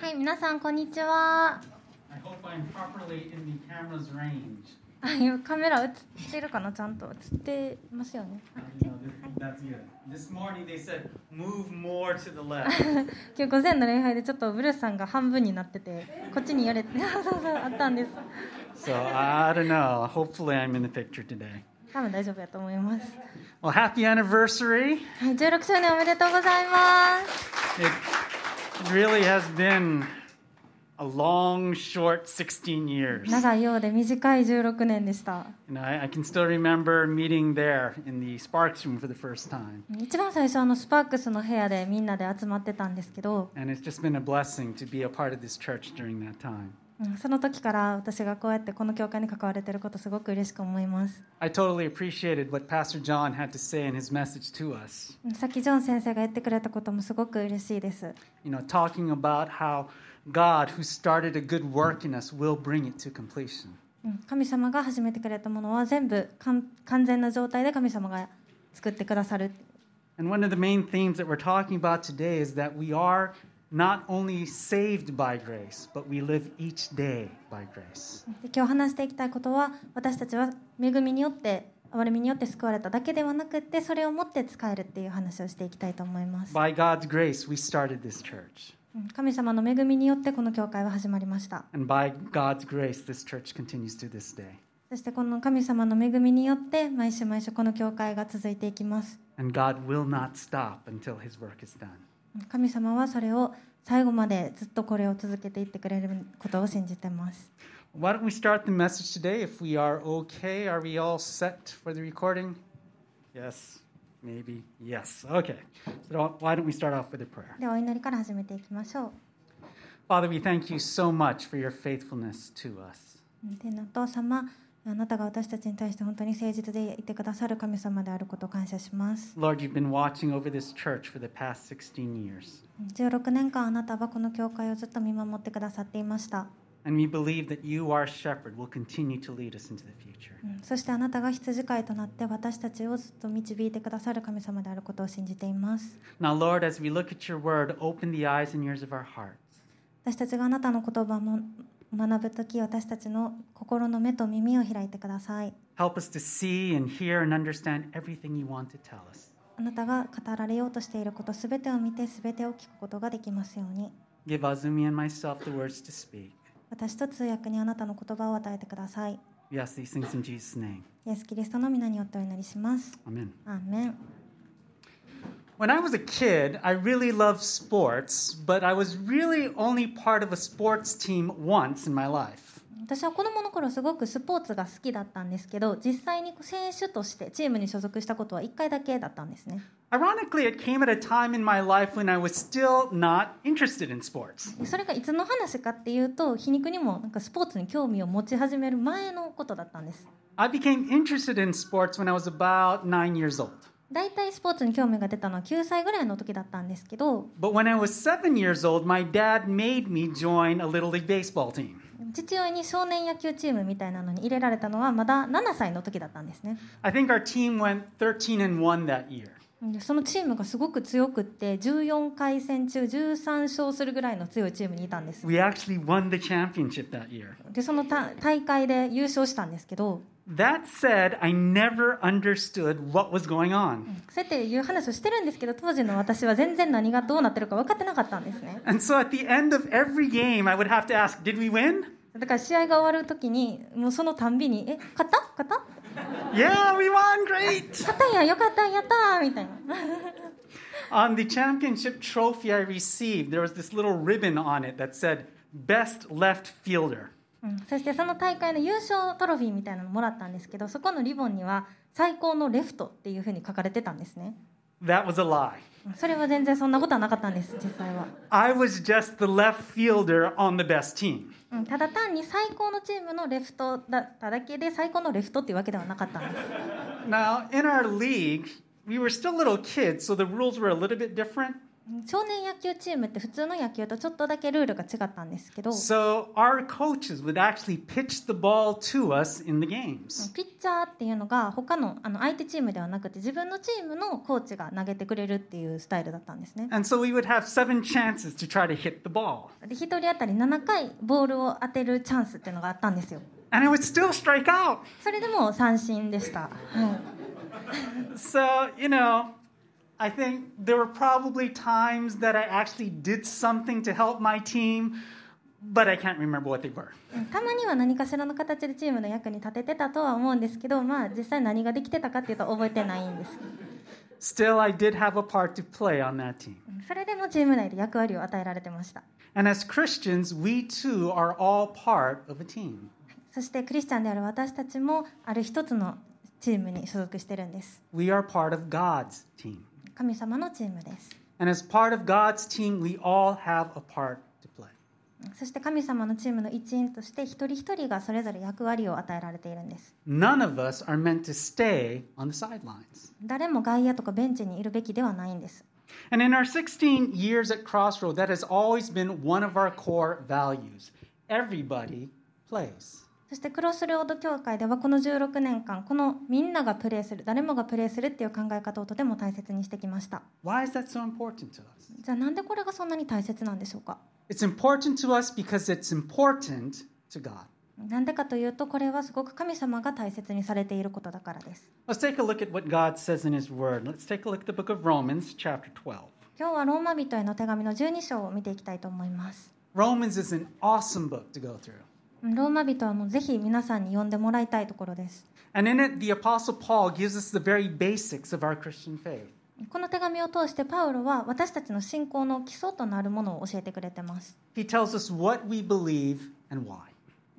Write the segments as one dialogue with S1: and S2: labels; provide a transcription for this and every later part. S1: はい、皆さんこんにちは。
S2: I hope I'm properly in the camera's range.
S1: あ、今カメラ映ってるかなちゃんと映ってますよね。
S2: You know, this, that's good. This morning they said, move more to the left.
S1: 今日午前の礼拝でちょっとブルースさんが半分になってて、こっちに寄れて、 そうそうあったんです。
S2: so I don't know. Hopefully I'm in the picture today.
S1: 多分大丈夫やと思います。
S2: Well, happy anniversary.
S1: はい、16周年おめでとうございます。
S2: It really has been a long, short 16 years.
S1: 長いようで短い16年でした。
S2: And I, I can still remember meeting there in the Sparks room for the first time.
S1: 一番最初あのスパークスの部屋でみんなで集まってたんですけど、
S2: And it's just been a blessing to be a part of this church during that time.
S1: うんその時から私がこうやってこの教会に関われてることすごく嬉しく思います。
S2: I totally appreciated what Pastor John had to say in his message to us.
S1: うんさっきジョン先生が言ってくれたこともすごく嬉しいです。
S2: You know, talking about how God, who started a good work in us, will bring it to completion.
S1: うん神様が始めてくれたものは全部完完全な状態で神様が作ってくださる
S2: And one of the main themes that we're talking about today is that we are not only saved by grace, but we live each day by grace.
S1: で今日話していきたいことは私たちは恵みによって憐れみによって救われただけではなくってそれを持って使えるっていう話をしていきたいと思います
S2: By God's grace, we started this church.
S1: うん神様の恵みによってこの教会は始まりました
S2: And by God's grace, this church continues to this day.
S1: そしてこの神様の恵みによって毎週毎週この教会が続いていきます
S2: And God will not stop until his work is done.
S1: うん神様はそれを最後までずっとこれを続けていってくれることを信じてます
S2: Why don't we start the message today if we are okay? Are we all set for the recording? Yes, maybe, yes. Okay. So why don't we start off with a prayer?
S1: ではお祈りから始めていきましょう
S2: Father, we thank you so much for your faithfulness to us.
S1: 天のお父様あなたが私たちに対して本当に誠実でいてくださる神様であることを感謝します
S2: Lord, you've been watching over this church for the past 16 years.
S1: 16年間あなたはこの教会をずっと見守ってくださっていました、
S2: And we believe that you, our shepherd, will continue to lead us into the future.
S1: うんそしてあなたが羊飼いとなって私たちをずっと導いてくださる神様であることを信じています
S2: Now, Lord, as we look at your word, open the eyes and ears of our hearts.
S1: 私たちがあなたの言葉も学ぶとき私たちの心の目と耳を開いてください
S2: Help us to see and hear and understand everything you want to tell us.
S1: あなたが語られようとしていることすべてを見てすべてを聞くことができますように
S2: Give Azumi and myself the words to speak.
S1: 私と通訳にあなたの言葉を与えてください
S2: We ask these things in Jesus' name.
S1: イエス・キリストの皆によってお祈りします。
S2: Amen.
S1: アーメン
S2: When I was a kid, I really loved sports, but I was really only part of a sports team once in my life.
S1: 私は子供の頃すごくスポーツが好きだったんですけど実際に選手としてチームに所属したことは1回だけだったんですね
S2: Ironically, it came at a time in my life when I was still not interested in sports.
S1: でそれがいつの話かっていうと皮肉にもなんかスポーツに興味を持ち始める前のことだったんです
S2: I became interested in sports when I was about nine years old.
S1: だいたいスポーツに興味が出たのは9歳ぐらいの時だったんですけど
S2: But when I was seven years old, my dad made me join a Little League baseball team.
S1: 父親に少年野球チームみたいなのに入れられたのはまだ7歳の時だったんですね
S2: I think our team went 13 and 1 that year.
S1: でそのチームがすごく強くって14回戦中13勝するぐらいの強いチームにいたんです。
S2: We actually won the championship that year.
S1: でそのた大会で優勝したんですけど
S2: That said, I never understood what was going on.
S1: そうやっていう話をしてるんですけど当時の私は全然何がどうなってるか分かってなかったんですね
S2: And so at the end of every game, I would have to ask, Did we win?
S1: だから試合が終わる時にもうそのたんびに「え勝った勝った
S2: Yeah, we won! Great!
S1: 勝ったんやよかったんやったー」みたいな
S2: on the championship trophy I received, there was this little ribbon on it that said, Best Left Fielder.
S1: うんそしてその大会の優勝トロフィーみたいなのもらったんですけどそこのリボンには「最高のレフト」っていうふうに書かれてたんですね
S2: That was a lie.
S1: それは全然そんなことはなかったんです実際は
S2: I was just the left fielder on the best team.
S1: うんただ単に最高のチームのレフトだっただけで最高のレフトっていうわけではなかったんです
S2: Now, in our league, we were still little kids, so the rules were a little bit different.
S1: 少年野球チームって普通の野球とちょっとだけルールが違ったんですけど、
S2: So our coaches would actually pitch the ball to us in the games.
S1: ピッチャーっていうのが他のあの相手チームではなくて自分のチームのコーチが投げてくれるっていうスタイルだったんですね。
S2: And so we would have seven chances to try to hit the ball.
S1: で1人当たり7回ボールを当てるチャンスっていうのがあったんですよ。
S2: And I would still strike out.
S1: それでも三振でした。はい
S2: So, you know, I think there were probably times that I actually did something to help my team, but I can't remember what they were.
S1: たまには何かしらの形でチームの役に立ててたとは思うんですけど、まあ、実際何ができてたかっていうと覚えてないんです
S2: Still, I did have a part to play on that team.
S1: それでもチーム内で役割を与えられてました
S2: And as Christians, we too are all part of a team.
S1: そしてクリスチャンである私たちもある一つのチームに所属してるんです
S2: We are part of God's team.
S1: 神様のチームです
S2: And as part of God's team, we all have a part to play.
S1: そして神様のチームの一員として一人一人がそれぞれ役割を与えられているんです
S2: None of us are meant to stay on the sidelines.
S1: 誰も外野とかベンチにいるべきではないんです
S2: And in our 16 years at Crossroad, that has always been one of our core values. Everybody plays.
S1: そしてクロスロード協会ではこの16年間このみんながプレーする誰もがプレーするっていう考え方をとても大切にしてきました
S2: Why is that so important to us?
S1: じゃあなんでこれがそんなに大切なんでしょうか
S2: It's important to us because it's important to God.
S1: なんでかというとこれはすごく神様が大切にされていることだからです
S2: Let's take a look at what God says in His Word. Let's take a look at the book of Romans, chapter 12.
S1: 今日はローマ人への手紙の12章を見ていきたいと思います
S2: Romans is an awesome book to go through.
S1: ローマ人はもうぜひ皆さんに読んでもらいたいところです
S2: And in it, the Apostle Paul gives us the very basics of our Christian faith.
S1: この手紙を通してパウロは私たちの信仰の基礎となるものを教えてくれてます
S2: He tells us what we believe and why.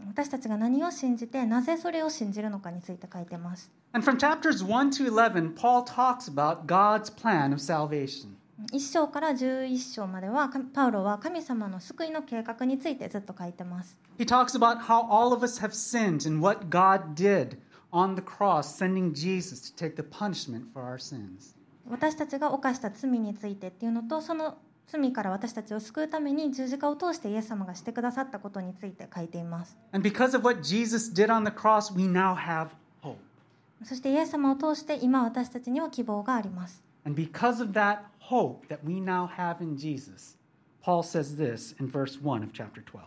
S1: 私たちが何を信じてなぜそれを信じるのかについて書いてます
S2: And from chapters 1 to 11, Paul talks about God's plan of salvation.
S1: 1章から11章まではかパウロは神様の救いの計画についてずっと書いてます
S2: He talks about how all of us have sinned and what God did on the cross, sending Jesus to take the punishment for our sins.
S1: 私たちが犯した罪についてっていうのとその罪から私たちを救うために十字架を通してイエス様がしてくださったことについて書いています
S2: And because of what Jesus did on the cross, we now have hope.
S1: そしてイエス様を通して今私たちには希望があります
S2: And because of that hope that we now have in Jesus, Paul says this in verse 1 of chapter 12.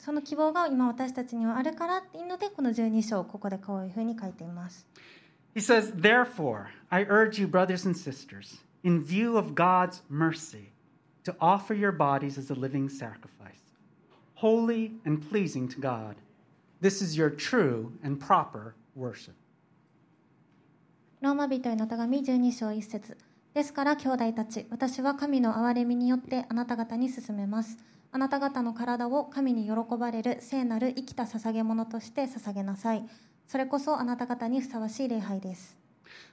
S1: その希望が今私たちにはあるからっていうのでこの12章ここでこういうふうに書いています
S2: He says, Therefore, I urge you, brothers and sisters, in view of God's mercy, to offer your bodies as a living sacrifice, holy and pleasing to God. This is your true and proper worship.
S1: ローマ人への手紙12章1節ですから兄弟たち私は神の憐れみによってあなた方に進めますあなた方の体を神に喜ばれる聖なる生きた捧げ物として捧げなさいそれこそあなた方にふさわしい礼拝です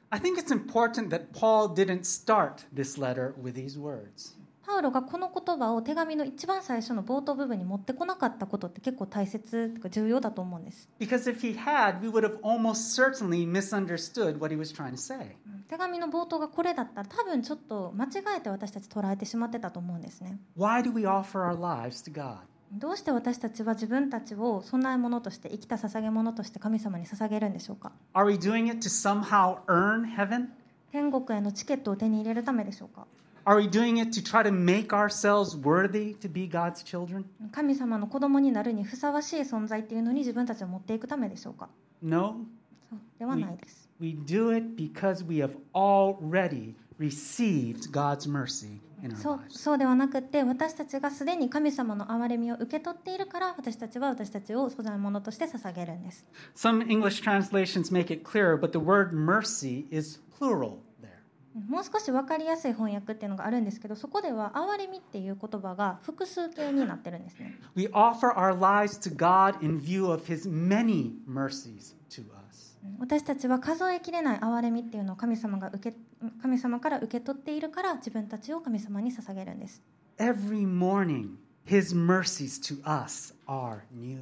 S2: I think it's important that Paul didn't start this letter with these words.
S1: パウロがこの言葉を手紙の一番最初の冒頭部分に持ってこなかったことって結構大切とか重要だと思うんです
S2: Because if he had, we would have almost certainly misunderstood what he was trying to say.
S1: 手紙の冒頭がこれだったら多分ちょっと間違えて私たち捉えてしまってたと思うんですね
S2: Why do we offer our lives to God?
S1: どうして私たちは自分たちを備え物として生きた捧げ物として神様に捧げるんでしょうか
S2: Are we doing it to somehow earn heaven?
S1: 天国へのチケットを手に入れるためでしょうか
S2: Are we doing it to try to make ourselves worthy to be God's children?
S1: 神様の子供になるにふさわしい存在っていうのに自分たちを持っていくためでしょうか
S2: No,
S1: そうではないです、
S2: we do it because we have already received God's mercy in our
S1: そう
S2: lives.
S1: そうではなくて私たちがすでに神様の憐れみを受け取っているから私たちは私たちを備え物として捧げるんです
S2: Some English translations make it clearer, but the word mercy is plural there.
S1: もう少し分かりやすい翻訳っていうのがあるんですけどそこでは「憐れみ」っていう言葉が複数形になってるんですね
S2: We offer our lives to God in view of his many mercies to us.
S1: 私たちは数えきれない憐れみっていうのを神様が受け神様から受け取っているから自分たちを神様に捧げるんです
S2: Every morning, his mercies to us are new.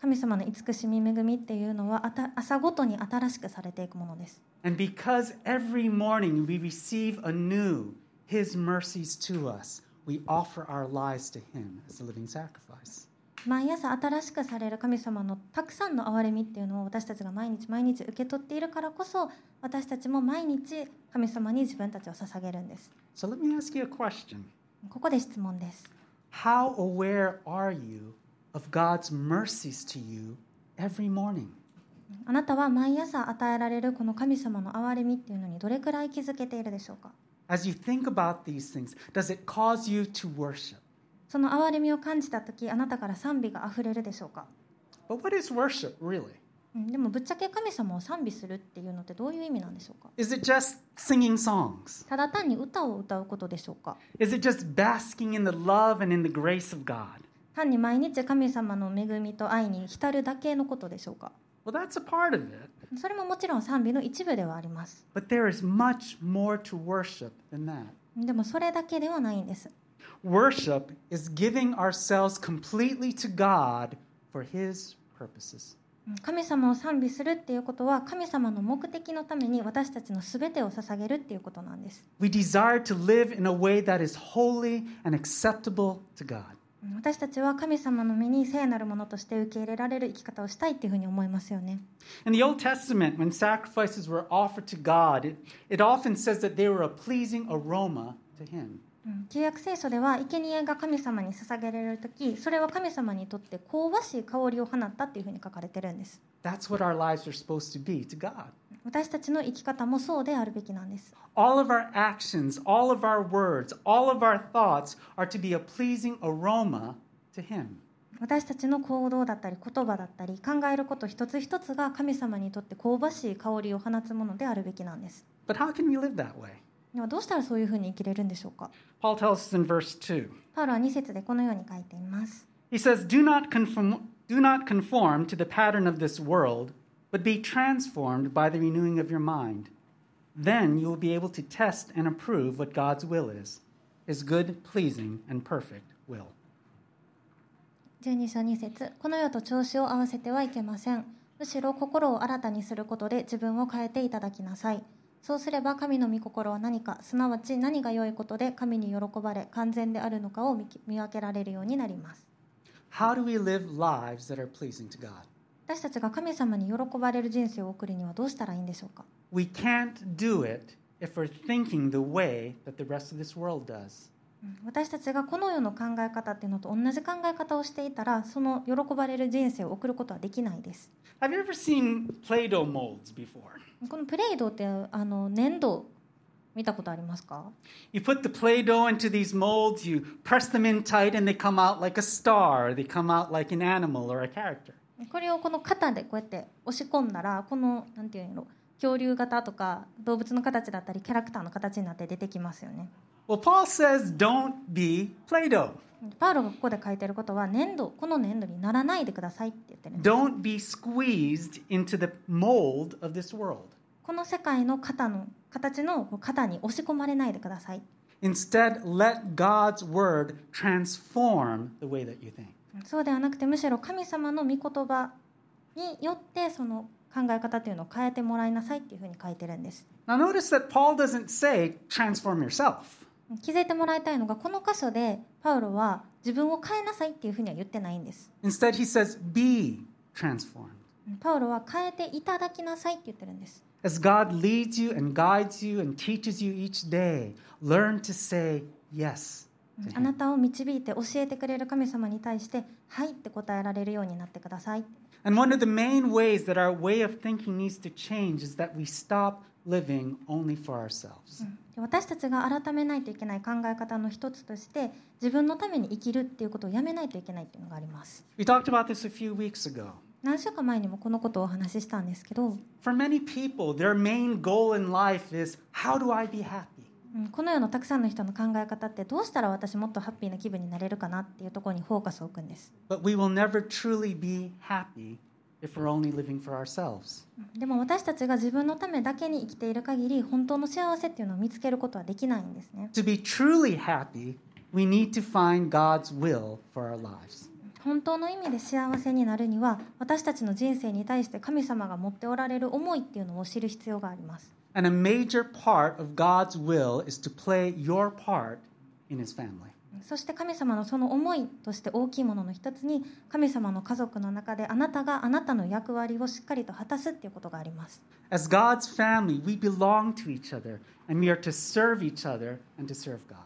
S1: 神様の慈しみ恵みっていうのはあた朝ごとに新しくされていくものです
S2: And because every morning we receive anew his mercies to us, we offer our lives to him as a living sacrifice.
S1: 毎朝新しくされる神様のたくさんの憐れみっていうのを私たちが毎日毎日受け取っているからこそ私たちも毎日神様に自分たちを捧げるんです
S2: So let me ask you a question.
S1: ここで質問です
S2: How aware are you of God's mercies to you every morning?
S1: あなたは毎朝与えられるこの神様の憐れみっていうのにどれくらい気づけているでしょうか
S2: As you think about these things, does it cause you to worship?
S1: その憐れみを感じた時あなたから賛美があふれるでしょうか
S2: But what is worship really?
S1: うんでもぶっちゃけ神様を賛美するっていうのってどういう意味なんでしょうか
S2: Is it just singing songs?
S1: ただ単に歌を歌うことでしょうか
S2: Is it just basking in the love and in the grace of God?
S1: 単に毎日神様の恵みと愛に浸るだけのことでしょうか
S2: Well, that's a part of it.
S1: それももちろん賛美の一部ではあります。
S2: But there is much more to worship than that.
S1: でもそれだけではないんです。
S2: Worship is giving ourselves completely to God for His purposes.
S1: 神様を賛美するっていうことは神様の目的のために私たちの全てを捧げるっていうことなんです。
S2: We desire to live in a way that is holy and acceptable to God.
S1: 私たちは神様の目に聖なるものとして受け入れられる生き方をしたいっていうふうに思いますよね。
S2: In the Old Testament, when sacrifices were offered to God, it, it often says that they were a pleasing aroma to Him.
S1: うん旧約聖書では生贄が神様に捧げられる時それは神様にとって香ばしい香りを放ったっていうふうに書かれてるんです。
S2: That's what our lives are supposed to be to God.
S1: 私たちの生き方もそうであるべきなんです。
S2: All of our actions, all of our words, all of our thoughts are to be a pleasing aroma to Him.
S1: 私たちの行動だったり言葉だったり考えること一つ一つが神様にとって香ばしい香りを放つものであるべきなんです
S2: But how can we live that way?
S1: ではどうしたらそういうふうに生きれるんでしょうか
S2: Paul tells us in verse 2.
S1: パウロは2節でこのように書いています
S2: He says, do not, conform, do not conform to the pattern of this world, but be transformed by the renewing of your mind. Then you will be able to test and approve what God's will is, his good, pleasing, and perfect will.
S1: 12章2節この世と調子を合わせてはいけませんむしろ心を新たにすることで自分を変えていただきなさいそうすれば神の御心は何かすなわち何が良いことで神に喜ばれ完全であるのかを見き見分けられるようになります
S2: How do we live lives that are pleasing to God?
S1: 私たちが神様に喜ばれる人生を送るにはどうしたらいいんでしょうか
S2: We can't do it if we're thinking the way that the rest of this world does.
S1: うん私たちがこの世の考え方っていうのと同じ考え方をしていたらその喜ばれる人生を送ることはできないです
S2: Have you ever seen Play Doh molds before?
S1: このプレイドってあの粘土見たことありますか
S2: You put the Play Doh into these molds, you press them in tight, and they come out like a star, they come out like an animal or a character.
S1: これをこの肩でこうやって押し込んだらこのなんていうんやろ恐竜型とか動物の形だったりキャラクターの形になって出てきますよね
S2: Well, Paul says, don't be Play Doh.
S1: パウロがここで書いてることは粘土この粘土にならないでくださいって言ってるんです
S2: Don't be squeezed into the mold of this world.
S1: この世界の肩の形のこう肩に押し込まれないでください
S2: Instead, let God's word transform the way that you think.
S1: そうではなくてむしろ神様の御言葉によってその考え方というのを変えてもらいなさいっていうふうに書いてるんです
S2: Now, notice that Paul doesn't say, transform yourself.
S1: 気づいてもらいたいのがこの箇所でパウロは自分を変えなさいっていうふうには言ってないんです
S2: Instead, he says, be transformed.
S1: パウロは変えていただきなさいって言ってるんです
S2: As God leads you and guides you and teaches you each day, learn to say yes. to
S1: あな
S2: Him.
S1: たを導いて教えてくれる神様に対して「はい」って答えられるようになってください
S2: And one of the main ways that our way of thinking needs to change is that we stop living only for ourselves.
S1: で私たちが改めないといけない考え方の一つとして自分のために生きるっていうことをやめないといけないっていうのがあります
S2: We talked about this a few weeks ago.
S1: 何週間前にもこのことをお話ししたんですけど
S2: For many people, their main goal in life is how do I be happy?
S1: うんこの世のたくさんの人の考え方ってどうしたら私もっとハッピーな気分になれるかなっていうところにフォーカスを置くんです
S2: But we will never truly be happy if we're only living for ourselves.
S1: でも私たちが自分のためだけに生きている限り本当の幸せっていうのを見つけることはできないんですね
S2: To be truly happy, we need to find God's will for our lives.
S1: 本当の意味で幸せになるには私たちの人生に対して神様が持っておられる思いっていうのを知る必要があります
S2: And a major part of God's will is to play your part in his family.
S1: そして神様のその思いとして大きいものの一つに神様の家族の中であなたがあなたの役割をしっかりと果たすっていうことがあります
S2: As God's family, we belong to each other and we are to serve each other and to serve God.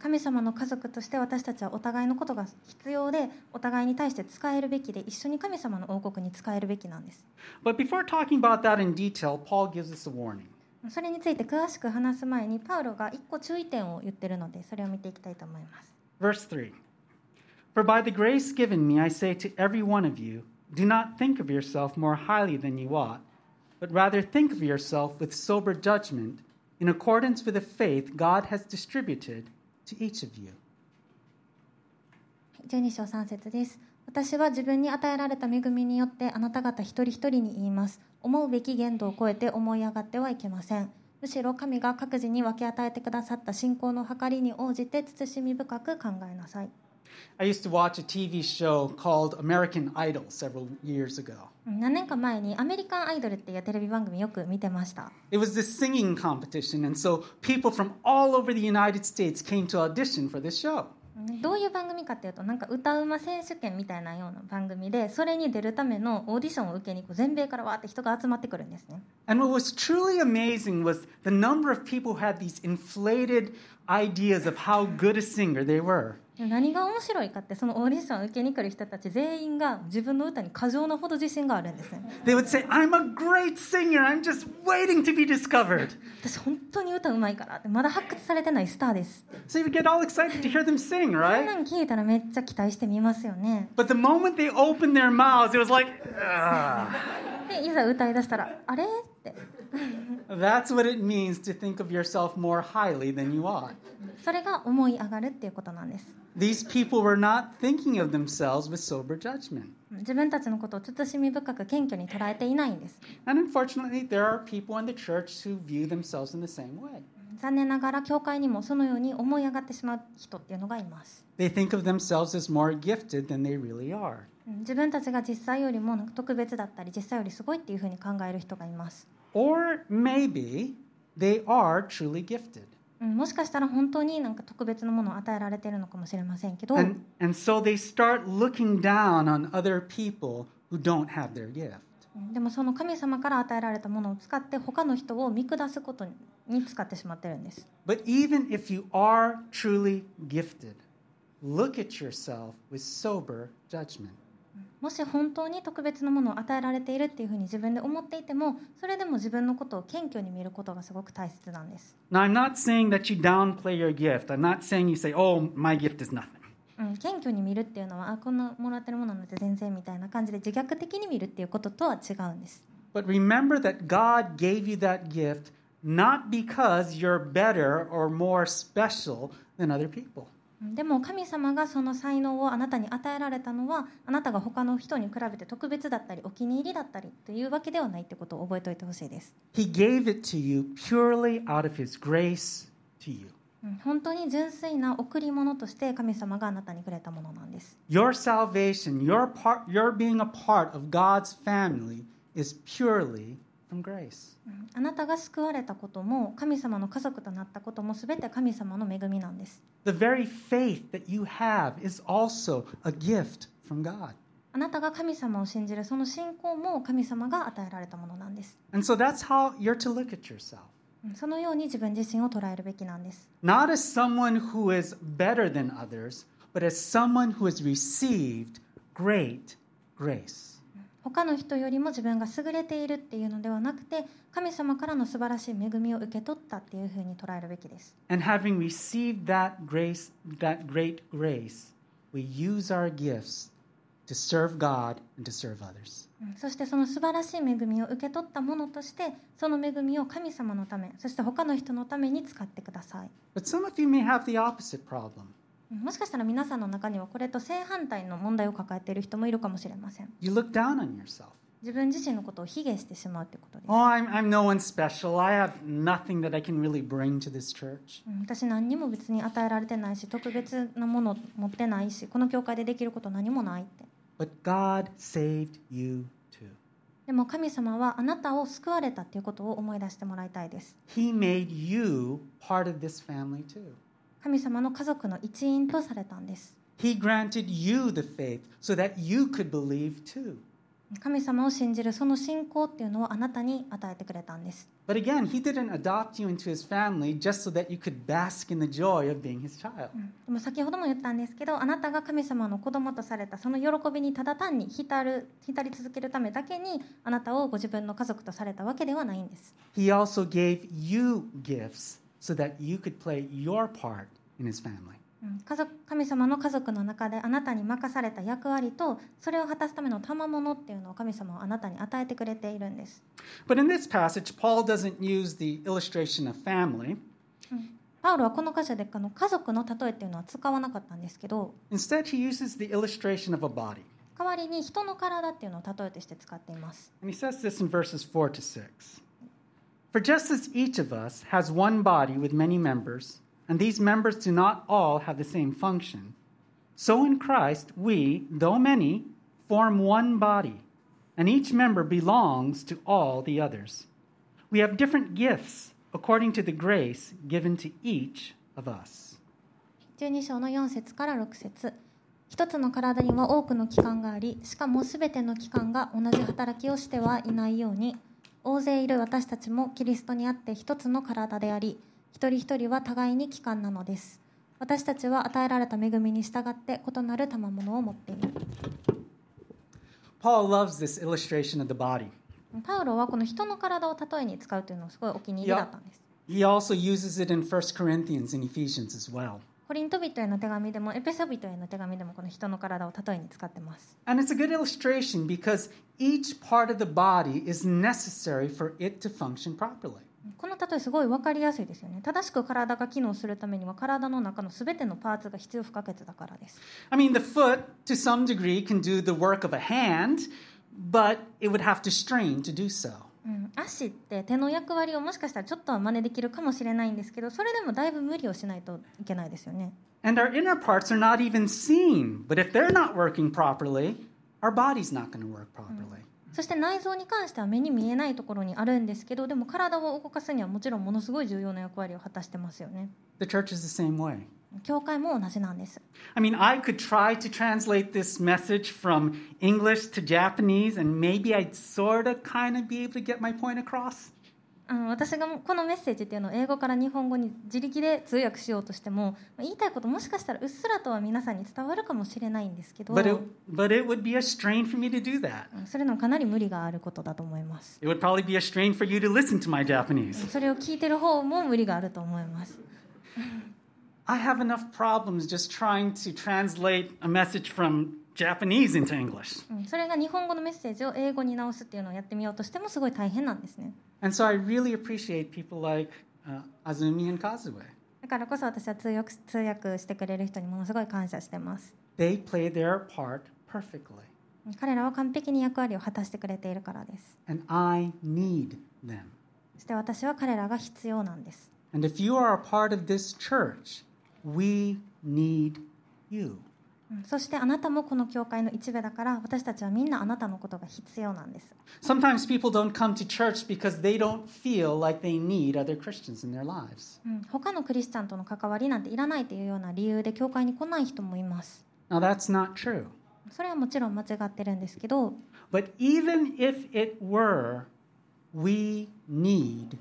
S1: 神様の家族として私たちはお互いのことが必要でお互いに対して使えるべきで一緒に神様の王国に使えるべきなんです
S2: But before talking about that in detail, Paul gives us a warning.
S1: それについて詳しく話す前にパウロが1個注意点を言ってるのでそれを見ていきたいと思います
S2: Verse 3 For by the grace given me, I say to every one of you, do not think of yourself more highly than you ought, but rather think of yourself with sober judgment, in accordance with the faith God has distributed to each of you.
S1: 12章3節です私は自分に与えられた恵みによってあなた方一人一人に言います思うべき限度を超えて思い上がってはいけませんむしろ神が各自に分け与えてくださった信仰の計りに応じて慎み深く考えなさい
S2: I used to watch a TV show called American Idol several years ago.
S1: うん何年か前にアメリカンアイドルっていうテレビ番組よく見てました
S2: It was this singing competition, and so people from all over the United States came to audition for this show.
S1: うんどういう番組かっていうとなんか歌うま選手権みたいなような番組でそれに出るためのオーディションを受けにこう全米からわーって人が集まってくるんですね
S2: And what was truly amazing was the number of people who had these inflated ideas of how good a singer they were.
S1: 何が面白いかってそのオーディションを受けに来る人たち全員が自分の歌に過剰なほど自信があるんですね
S2: They would say, I'm a great singer, I'm just waiting to be discovered.
S1: 私本当に歌うまいからってまだ発掘されてないスターですって
S2: So you get all excited to hear them sing,
S1: そんな
S2: right?
S1: ん聞いたらめっちゃ期待してみますよね
S2: But the moment they opened their mouths, it was like, "Ah." "Ugh."
S1: でいざ歌いだしたらあれって
S2: that's what it means to think of yourself more highly than you ought.
S1: それが思い上がるっていうことなんです
S2: These people were not thinking of themselves with sober judgment.
S1: 自分たちのことを慎み深く謙虚に捉えていないんです
S2: And unfortunately, there are people in the church who view themselves in the same way.
S1: 残念ながら教会にもそのように思い上がってしまう人っていうのがいます
S2: They think of themselves as more gifted than they really are,
S1: 自分たちが実際よりもなんか特別だったり実際よりすごいっていうふうに考える人がいます
S2: or maybe they are truly gifted.
S1: うん、もしかしたら本当になんか特別なものを与えられているのかもしれませんけど、
S2: And, and so they start looking down on other people who don't have their gift.
S1: うんでもその神様から与えられたものを使って他の人を見下すことにに使ってしまってるんです
S2: But even if you are truly gifted, look at yourself with sober judgment.
S1: もし本当に特別なものを与えられているっていうふうに自分で思っていてもそれでも自分のことを謙虚に見ることがすごく大切なんです、
S2: Now, I'm not saying that you downplay your gift. I'm not saying you say, oh, my gift is nothing.
S1: うん、謙虚に見るっていうのはあこんなもらってるものなんて全然みたいな感じで自虐的に見るっていうこととは違うんです
S2: But remember that God gave you that gift not because you're better or more special than other people.
S1: でも神様がその才能をあなたに与えられたのはあなたが他の人に比べて特別だったりお気に入りだったりというわけではないってことを覚えておいてほしいです、
S2: He gave it to you purely out of His grace to you.
S1: うん、本当に純粋な贈り物として神様があなたにくれたものなんです
S2: Your salvation, your, part, your being a part of God's family, is purely from grace.
S1: うんあなたが救われたことも神様の家族となったことも全て神様の恵みなんです
S2: The very faith that you have is also a gift from God.
S1: あなたが神様を信じるその信仰も神様が与えられたものなんです、
S2: And so that's how you're to look at yourself.
S1: うんそのように自分自身を捉えるべきなんです
S2: not as someone who is better than others, but as someone who has received great grace.
S1: 他の人よりも自分が優れているっていうのではなくて神様からの素晴らしい恵みを受け取ったっていうふうに捉えるべきです、
S2: And having received that grace, that great grace, we use our gifts to serve God and to serve others.
S1: うんそしてその素晴らしい恵みを受け取ったものとしてその恵みを神様のためそして他の人のために使ってください
S2: But some of you may have the opposite problem.
S1: うんもしかしたら皆さんの中にはこれと正反対の問題を抱えている人もいるかもしれません
S2: You look down on yourself.
S1: 自分自身のことを卑下してしまうということです、
S2: Oh, I'm, I'm no one special. I have nothing that I can really bring to this church.
S1: うん私何にも別に与えられてないし特別なもの持ってないしこの教会でできること何もないって
S2: But God saved you too.
S1: でも神様はあなたを救われたということを思い出してもらいたいです。
S2: He made you part of this family too.
S1: 神様の家族の一員とされたんです。
S2: He granted you the faith so that you could believe too.
S1: 神様を信じるその信仰っていうのをあなたに与えてくれたんです。
S2: But again, He didn't adopt you into His family just so that you could bask in the joy of being His child.
S1: でも先ほども言ったんですけどあなたが神様の子供とされたその喜びにただ単に浸る浸り続けるためだけにあなたをご自分の家族とされたわけではないんです
S2: He also gave you gifts so that you could play your part in His family.
S1: うん家族神様の家族の中であなたに任された役割とそれを果たすための賜物っていうのを神様はあなたに与えてくれているんです、
S2: But in this passage, Paul doesn't use the illustration of family.
S1: うんパウロはこの箇所であの家族の例えっていうのは使わなかったんですけど
S2: Instead, he uses the illustration of a body.
S1: 代わりに人の体っていうのを例えとして使っています、
S2: And he says this in verses 4 to 6. For just as each of us has one body with many members, and these members do not all have the same function, so in Christ we, though many, form one body, and each member belongs to all the others. We have different gifts according to the grace given to each of us.
S1: 12章の4節から6節一つの体には多くの器官がありしかも全ての器官が同じ働きをしてはいないように大勢いる私たちもキリストにあって一つの体であり一人一人は互いに器官なのです私たちは与えられた恵みに従って異なる賜物を持っている
S2: Paul loves this illustration of the body.
S1: パウロはこの人の体を例えに使うというのをすごいお気に入りだったんです、
S2: He also uses it in 1 Corinthians and Ephesians as well.
S1: コリント人への手紙でもエペソ人への手紙でもこの人の体を例えに使ってます
S2: And it's a good illustration because each part of the body is necessary for it to function properly.
S1: この例えすごい分かりやすいですよね正しく体が機能するためには体の中の全てのパーツが必要不可欠だからです
S2: I mean, the foot, to some degree, can do the work of a hand, but it would have to strain to do so.
S1: うん、足って手の役割をもしかしたらちょっとは真似できるかもしれないんですけどそれでもだいぶ無理をしないといけないですよね
S2: And our inner parts are not even seen, but if they're not working properly, our body's not going to work properly.
S1: そして内臓に関しては目に見えないところにあるんですけどでも体を動かすにはもちろんものすごい重要な役割を果たしてますよね
S2: The church is the same way.
S1: 教会も同じなんです
S2: I mean, I could try to translate this message from English to Japanese, and maybe I'd sort of kind of be able to get my point across.
S1: あの私がこのメッセージっていうのを英語から日本語に自力で通訳しようとしても言いたいこともしかしたらうっすらとは皆さんに伝わるかもしれないんですけど
S2: But it, but it would be a strain for me to do that.
S1: それのかなり無理があることだと思います
S2: It would probably be a strain for you to listen to my Japanese.
S1: それを聞いてる方も無理があると思います
S2: I have enough problems just trying to translate a message from Japanese into English.
S1: うんそれが日本語のメッセージを英語に直すっていうのをやってみようとしてもすごい大変なんですね
S2: And so I really appreciate people like uh, Azumi and Kazue.
S1: だからこそ私は通訳通訳してくれる人にものすごい感謝してます
S2: They play their part perfectly,
S1: 彼らは完璧に役割を果たしてくれているからです
S2: and I need them.
S1: そして私は彼らが必要なんです
S2: And if you are a part of this church, we need you.
S1: うんそしてあなたもこの教会の一部だから私たちはみんなあなたのことが必要なんです、
S2: Sometimes people don't come to church because they don't feel like they need other Christians in their lives.
S1: うん、他のクリスチャンとの関わりなんていらないというような理由で教会に来ない人もいます
S2: Now, that's not true.
S1: それはもちろん間違ってるんですけど
S2: But even if it were, we need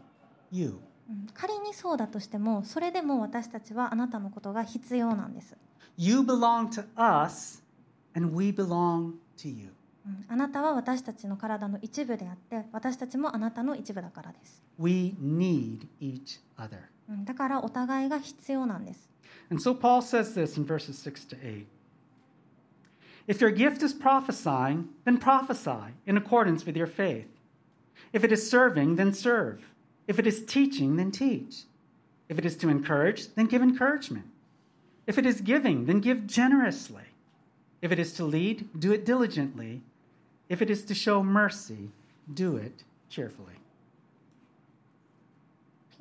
S2: you.
S1: うん仮にそうだとしてもそれでも私たちはあなたのことが必要なんです、
S2: You belong to us, and we belong to you.
S1: うんあなたは私たちの体の一部であって私たちもあなたの一部だからです、
S2: We need each other.
S1: うんだからお互いが必要なんです
S2: And so Paul says this in verses 6 to 8. If your gift is prophesying, then prophesy in accordance with your faith. If it is serving, then serve. If it is teaching, then teach. If it is to encourage, then give encouragement. If it is giving, then give generously. If it is to lead, do it diligently. If it is to show mercy, do it cheerfully.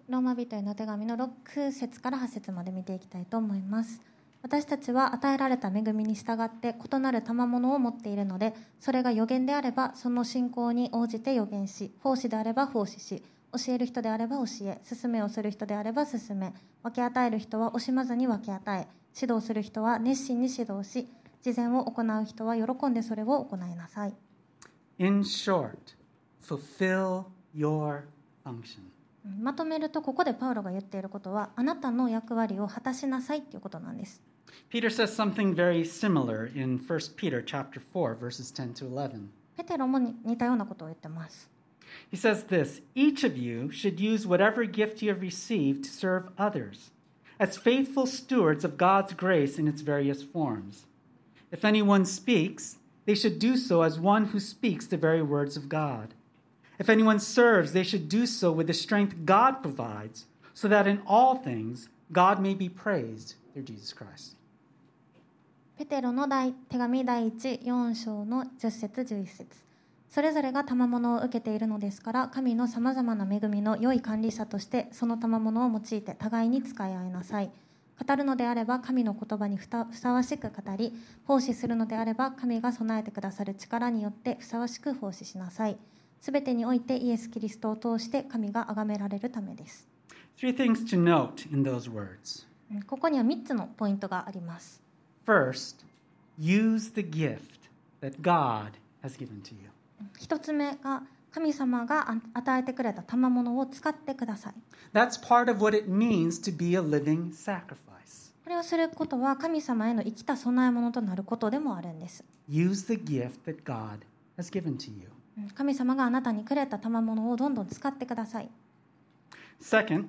S1: ローマ人への手紙の6節から8節まで見ていきたいと思います。私たちは与えられた恵みに従って異なる賜物を持っているのでそれが予言であればその信仰に応じて予言し奉仕であれば奉仕し教える人であれば教え勧めをする人であれば勧め分け与える人は惜しまずに分け与え指導する人は熱心に指導し事前を行う人は喜んでそれを行いなさい
S2: In short, fulfill your function.
S1: うんまとめるとここでパウロが言っていることはあなたの役割を果たしなさいっていうことなんです
S2: Peter says something very similar in 1 Peter chapter 4 verses 10 to 11.
S1: ペテロもに似たようなことを言ってます
S2: He says this, each of you should use whatever gift you have received to serve others as faithful stewards of God's grace in its various forms. If anyone speaks, they should do so as one who speaks the very words of God. If anyone serves, they should do so with the strength God provides, so that in all things God may be praised through Jesus Christ.
S1: ペテロの第手紙第14章の10節11節それぞれが賜物を受けているのですから神のさまざまな恵みの良い管理者としてその賜物を用いて互いに使い合いなさい語るのであれば神の言葉にふたふさわしく語り奉仕するのであれば神が備えてくださる力によってふさわしく奉仕しなさいすべてにおいてイエス・キリストを通して神が崇められるためです
S2: Three things to note in those words.
S1: うんここには3つのポイントがあります
S2: First, use the gift that God has given to you.
S1: 一つ目が神様があ与えてくれた賜物を使ってください
S2: That's part of what it means to be a living sacrifice.
S1: これをすることは神様への生きた供え物となることでもあるんです
S2: Use the gift that God has given to you.
S1: うん神様があなたにくれた賜物をどんどん使ってください
S2: Second,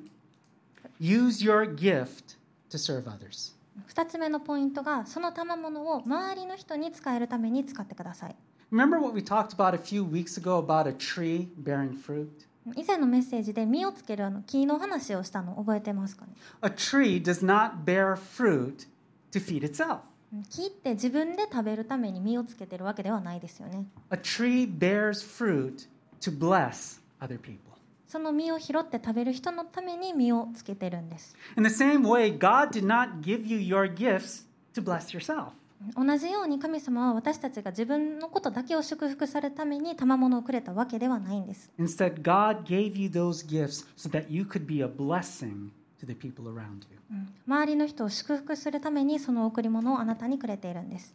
S2: use your gift to serve others.
S1: 二つ目のポイントがその賜物を周りの人に使えるために使ってください
S2: Remember what we talked about a few weeks ago about a tree bearing fruit?
S1: うん以前のメッセージで実をつけるあの木の話をしたの覚えてますかね
S2: A tree does not bear fruit to feed itself.
S1: うん木って自分で食べるために実をつけてるわけではないですよね
S2: A tree bears fruit to bless other people.
S1: その実を拾って食べる人のために実をつけてるんです
S2: In the same way, God did not give you your gifts to bless yourself.
S1: 同じように神様は私たちが自分のことだけを祝福されるために賜物をくれたわけではないんです
S2: Instead, God gave you those gifts so that you could be a blessing to the people around you.
S1: 周りの人を祝福するためにその贈り物をあなたにくれているんです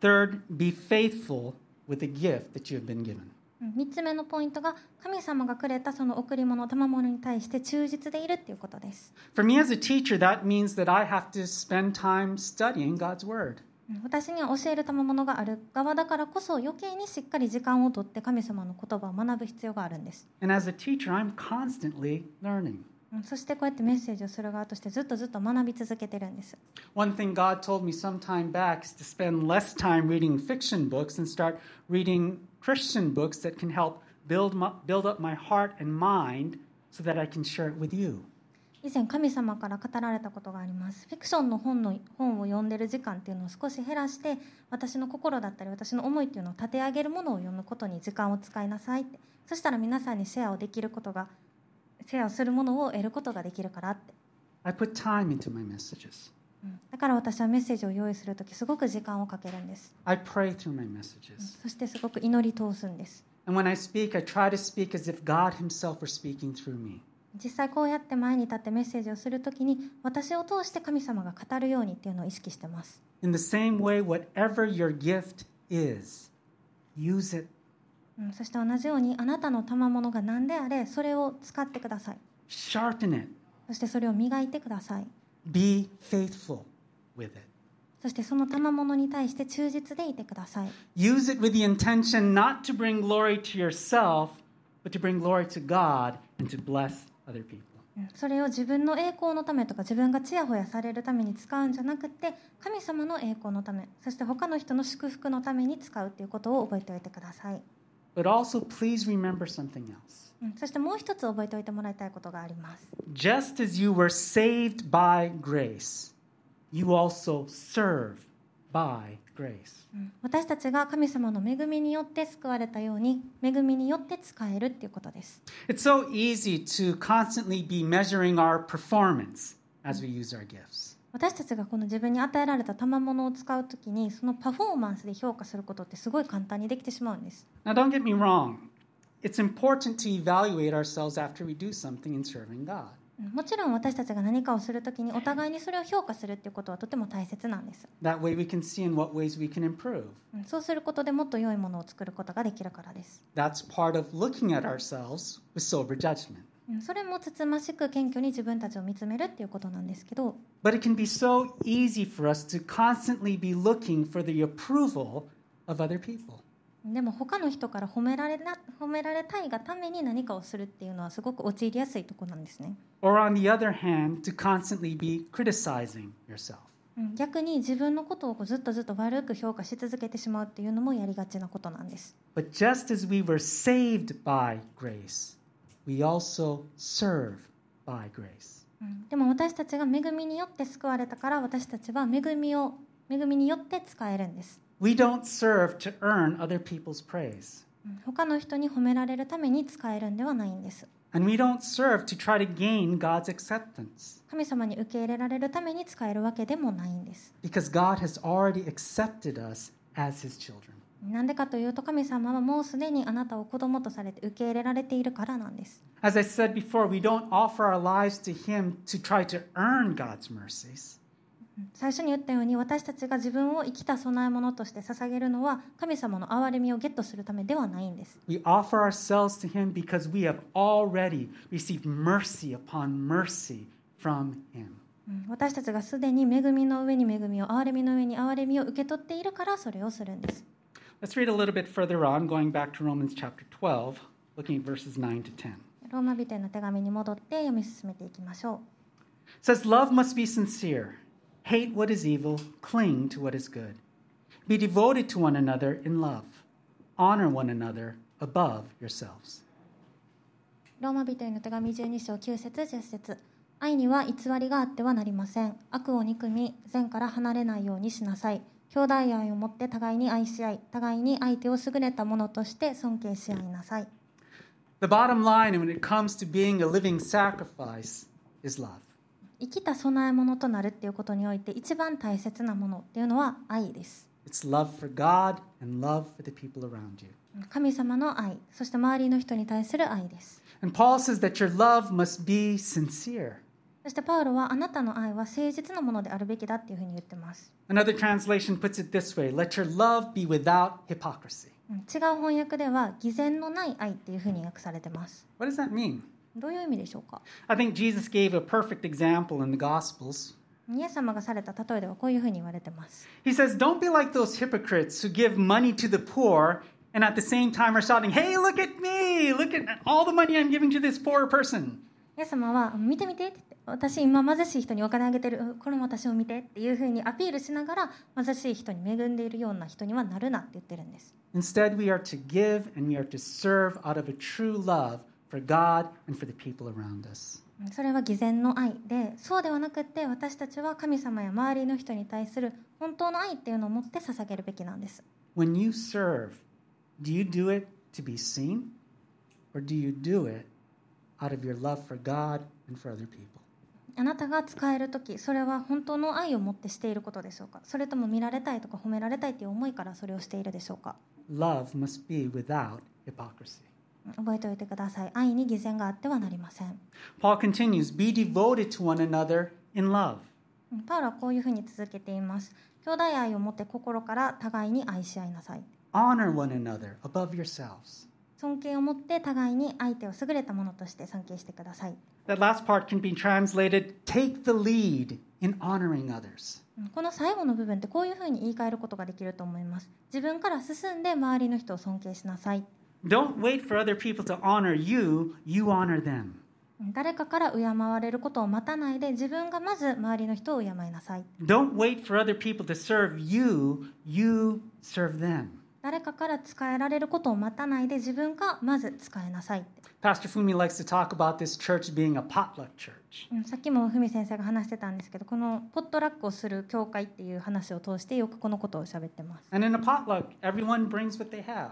S2: Third, be faithful with the gift that you have been given.
S1: 3つ目のポイントが神様がくれたその贈り物賜物に対して忠実でいるっていうことです
S2: For me as a teacher, that means that I have to spend time studying God's Word.
S1: うん私には教える賜物がある側だからこそ余計にしっかり時間をとって神様の言葉を学ぶ必要があるんです
S2: And as a teacher, I'm constantly learning.
S1: うんそしてこうやってメッセージをする側としてずっとずっと学び続けてるんです
S2: One thing God told me some time back is to spend less time reading fiction books and start reading Christian books that can help build, my, build up my heart and mind so that I can share it with you.
S1: 以前神様から語られたことがありますフィクションの本の本を読んでる時間っていうのを少し減らして私の心だったり私の思いっていうのを立て上げるものを読むことに時間を使いなさいってそしたら皆さんにシェアをできることがシェアをするものを得ることができるからって、
S2: I put time into my messages.
S1: うんだから私はメッセージを用意する時すごく時間をかけるんです、
S2: I pray through my messages.
S1: そしてすごく祈り通すんです
S2: And when I speak, I try to speak as if God Himself were speaking through me.
S1: 実際こうやって前に立ってメッセージをする時に私を通して神様が語るようにっていうのを意識してます
S2: In the same way, whatever your gift is, use it,
S1: うん、そして同じようにあなたの賜物が何であれそれを使ってください
S2: sharpen it,
S1: そしてそれを磨いてください
S2: be faithful with it.
S1: そしてその賜物に対して忠実でいてください
S2: Use it with the intention not to bring glory to yourself, but to bring glory to God and to bless other people.
S1: うんそれを自分の栄光のためとか自分がちやほやされるために使うんじゃなくて神様の栄光のためそして他の人の祝福のために使うということを覚えておいてください、
S2: But also, please remember something else.
S1: うんそしてもう一つ覚えておいてもらいたいことがあります
S2: Just as you were saved by grace, you also serve by grace.
S1: うん私たちが神様の恵みによって救われたように恵みによって使えるっていうことです
S2: It's so easy to constantly be measuring our performance as we use our gifts.
S1: 私たちがこの自分に与えられた賜物を使うときにそのパフォーマンスで評価することってすごい簡単にできてしまうんです
S2: Now, don't get me wrong. It's important to evaluate ourselves after we do something in serving God.
S1: うんもちろん私たちが何かをするときにお互いにそれを評価するっていうことはとても大切なんです
S2: That way, we can see in what ways we can improve.
S1: うんそうすることでもっと良いものを作ることができるからです
S2: That's part of looking at ourselves with sober judgment.
S1: うんそれもつつましく謙虚に自分たちを見つめるっていうことなんですけど
S2: But it can be so easy for us to constantly be looking for the approval of other people.
S1: でも他の人から褒められな褒められたいがために何かをするっていうのはすごく陥りやすいとこなんですね、
S2: Or, on the other hand, to constantly be criticizing yourself.
S1: うん逆に自分のことをこうずっとずっと悪く評価し続けてしまうっていうのもやりがちなことなんです
S2: But just as we were saved by grace, we also serve by grace.
S1: うんでも私たちが恵みによって救われたから私たちは恵みを恵みによって使えるんです、
S2: We don't serve to earn other people's praise,
S1: うん他の人に褒められるために使えるんではないんです
S2: and we don't serve to try to gain God's acceptance
S1: 神様に受け入れられるために使えるわけでもないんです
S2: because God has already accepted us as His children.
S1: なんでかというと神様はもうすでにあなたを子供とされて受け入れられているからなんです
S2: As I said before, we don't offer our lives to Him to try to earn God's mercies.
S1: 最初に言ったように私たちが自分を生きた供え物として捧げるのは神様の憐れみをゲットするためではないんです
S2: We offer ourselves to Him because we have already received mercy upon mercy from Him.
S1: うん私たちがすでに恵みの上に恵みを憐れみの上に憐れみを受け取っているからそれをするんです
S2: Let's read a little bit further on, going back to Romans chapter 12, looking at verses 9 to 10.
S1: ローマ人への手紙に戻って読み進めていきましょう
S2: says love must be sincere hate what is evil cling to what is good be devoted to one another in love honor one another above yourselves
S1: ローマ人への手紙12章9節10節愛には偽りがあってはなりません悪を憎み善から離れないようにしなさい兄弟愛を持って互いに愛し合い互いに相手を優れたものとして尊敬し合いなさい
S2: the bottom line when it comes to being a living sacrifice is love
S1: 生きた供え物となるっていうことにおいて一番大切なものっていうのは愛です
S2: it's love for god and love for the people around you
S1: 神様の愛そして周りの人に対する愛です
S2: and paul says that your love must be sincere
S1: そしてパウロはあなたの愛は誠実なものであるべきだっていうふうに言ってます
S2: another translation puts it this way let your love be without hypocrisy
S1: うん違う翻訳では偽善のない愛っていうふうに訳されてます
S2: what does that mean
S1: どういう意味でしょうか
S2: i think jesus gave a perfect example in the gospels
S1: イエス様がされた例えではこういうふうに言われてます。
S2: He says, Don't be like those hypocrites who give money to the poor and at the same time are shouting, Hey, look at me! Look at all the money I'm giving to this poor person.
S1: イエス様は「見て見て」って言って私今貧しい人にお金あげてるうんこれも私を見てっていうふうにアピールしながら貧しい人に恵んでいるような人にはなるなって言ってるんです。
S2: Instead, we are to give and we are to serve out of a true love for God and for the people around us.
S1: うんそれは偽善の愛でそうではなくって私たちは神様や周りの人に対する本当の愛っていうのを持って捧げるべきなんです。
S2: When you serve, do you do it to be seen or do you do it out of your love for God and for other people?
S1: あなたが使える時それは本当の愛を持ってしていることでしょうかそれとも見られたいとか褒められたいっていう思いからそれをしているでしょうか
S2: Love must be without hypocrisy.
S1: 覚えておいてください愛に偽善があってはなりません
S2: Paul continues, Be devoted to one another in love.
S1: パウロはこういうふうに続けています兄弟愛を持って心から互いに愛し合いなさい
S2: honor one another above yourselves.
S1: 尊敬を持って互いに相手を優れたものとして尊敬してください
S2: That last part can be translated take the lead in honoring others.
S1: この最後の部分ってこういうふうに言い換えることができると思います自分から進んで周りの人を尊敬しなさい
S2: Don't wait for other people to honor you, you honor them.
S1: 誰かから敬われることを待たないで自分がまず周りの人を敬いなさい
S2: Don't wait for other people to serve you, you serve them.
S1: 誰かから使えられることを待たないで自分がまず使えなさいって
S2: Pastor Fumi likes to talk about this church being a potluck church.
S1: うんさっきもふみ先生が話してたんですけどこのポットラックをする教会っていう話を通してよくこのことを喋ってます
S2: And in a potluck, everyone brings what they have.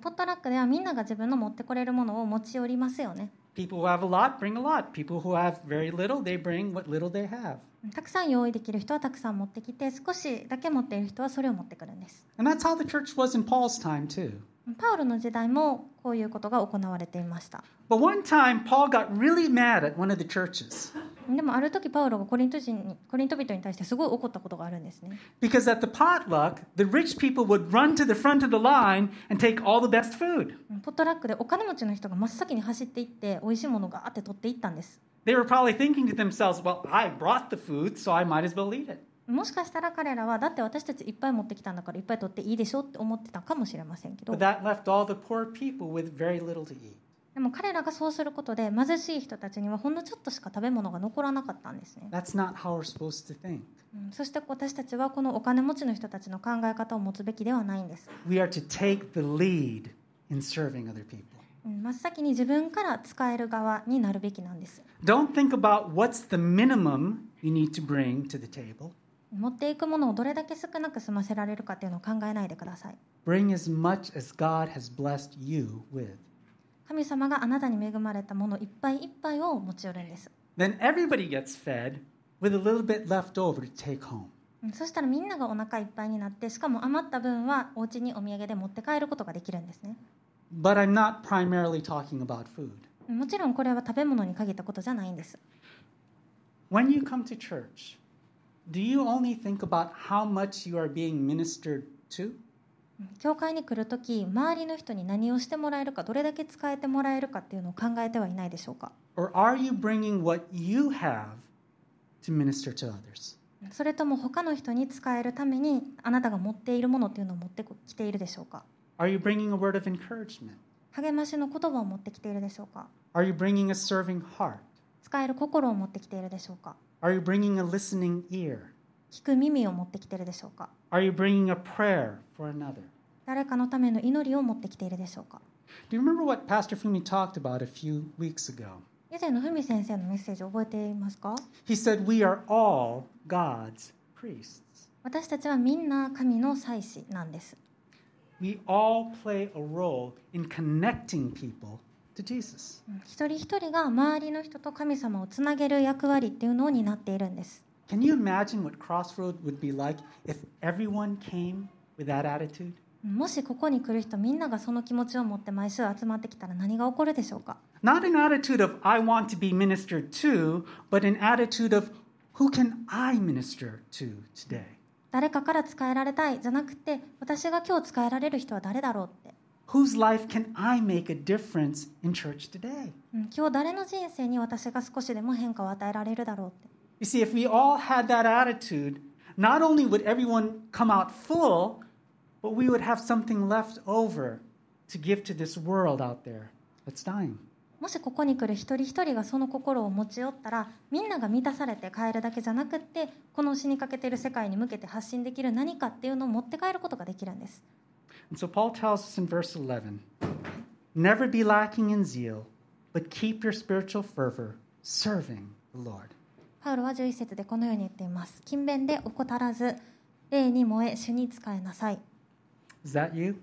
S1: ポットラックではみんなが自分の持ってこれるものを持ち寄りますよね
S2: People who have a lot bring a lot. People who have very little, they bring what little they have.
S1: たくさん用意できる人はたくさん持ってきて少しだけ持っている人はそれを持ってくるんです
S2: And that's how the church was in Paul's time, too.
S1: パウロの時代もこういうことが行われていました
S2: But one time, Paul got really mad at one of the churches
S1: でもある時パウロがコリント人にコリント人に対してすごい怒ったことがあるんですね
S2: because at the potluck, the rich people would run to the front of the line and take all the best food.
S1: ポットラックでお金持ちの人が真っ先に走っていって美味しいものがあって取っていったんです
S2: They were probably thinking to themselves, well, I brought the food, so I might as well eat it.
S1: もしかしたら彼らはだって私たちいっぱい持ってきたんだからいっぱい取っていいでしょって思ってたかもしれませんけど
S2: But that left all the poor people with very little to eat.
S1: でも彼らがそうすることで貧しい人たちにはほんのちょっとしか食べ物が残らなかったんですね、
S2: That's not how we're supposed to think.
S1: うんそして私たちはこのお金持ちの人たちの考え方を持つべきではないんです、
S2: We are to take the lead in serving other people.
S1: うん真っ先に自分から使える側になるべきなんです
S2: Don't think about what's the minimum you need to bring to the table.
S1: 持っていくものをどれだけ少なく済ませられるかっていうのを考えないでください
S2: Bring as much as God has blessed you with.
S1: 神様があなたに恵まれたものいっぱいいっぱいを持ち寄るんです、
S2: Then everybody gets fed with a little bit left over to take home.
S1: うんそしたらみんながお腹いっぱいになってしかも余った分はお家にお土産で持って帰ることができるんですね
S2: But I'm not primarily talking about food.
S1: うんもちろんこれは食べ物に限ったことじゃないんです
S2: When you come to church, do you only think about how much you are being ministered to?
S1: 教会に来るとき周りの人に何をしてもらえるかどれだけ使えてもらえるかっていうのを考えてはいないでしょうか
S2: Or are you bringing what you have to minister to others?
S1: それとも他の人に使えるためにあなたが持っているものっていうのを持ってきているでしょうか
S2: Are you bringing a word of encouragement?
S1: 励ましの言葉を持ってきているでしょうか
S2: Are you bringing a serving heart?
S1: 使える心を持ってきているでしょうか
S2: Are you bringing a listening ear?
S1: 聞く耳を持ってきているでしょうか
S2: Are you bringing a prayer for another?
S1: 誰かのための祈りを持ってきているでしょうか
S2: Do you remember what Pastor Fumi talked about a few weeks ago?
S1: 以前のふみ先生のメッセージ覚えていますか
S2: He said, We are all God's priests.
S1: 私たちはみんな神の祭司なんです
S2: We all play a role in connecting people to Jesus.
S1: うん一人一人が周りの人と神様をつなげる役割っていうのを担っているんです
S2: Can you imagine what Crossroad would be like if everyone came with that attitude?
S1: もしここに来る人みんながその気持ちを持って毎週集まってきたら何が起こるでしょうか
S2: Not an attitude of, I want to be ministered to, but an attitude of, who can I minister to today?
S1: 誰かから使えられたいじゃなくて私が今日使えられる人は誰だろうって、
S2: Whose life can I make a difference in church today?
S1: うん今日誰の人生に私が少しでも変化を与えられるだろうって
S2: You see, if we all had that attitude, not only would everyone come out full, but we would have something left over to give to this world out there that's dying.
S1: もしここに来る一人一人がその心を持ち寄ったらみんなが満たされて帰るだけじゃなくってこの死にかけている世界に向けて発信できる何かっていうのを持って帰ることができるんです
S2: And so Paul tells us in verse 11 Never be lacking in zeal, but keep your spiritual fervor, serving the Lord.
S1: パウロは11節でこのように言っています勤勉で怠らず霊に燃え主に仕えなさい
S2: Is that you?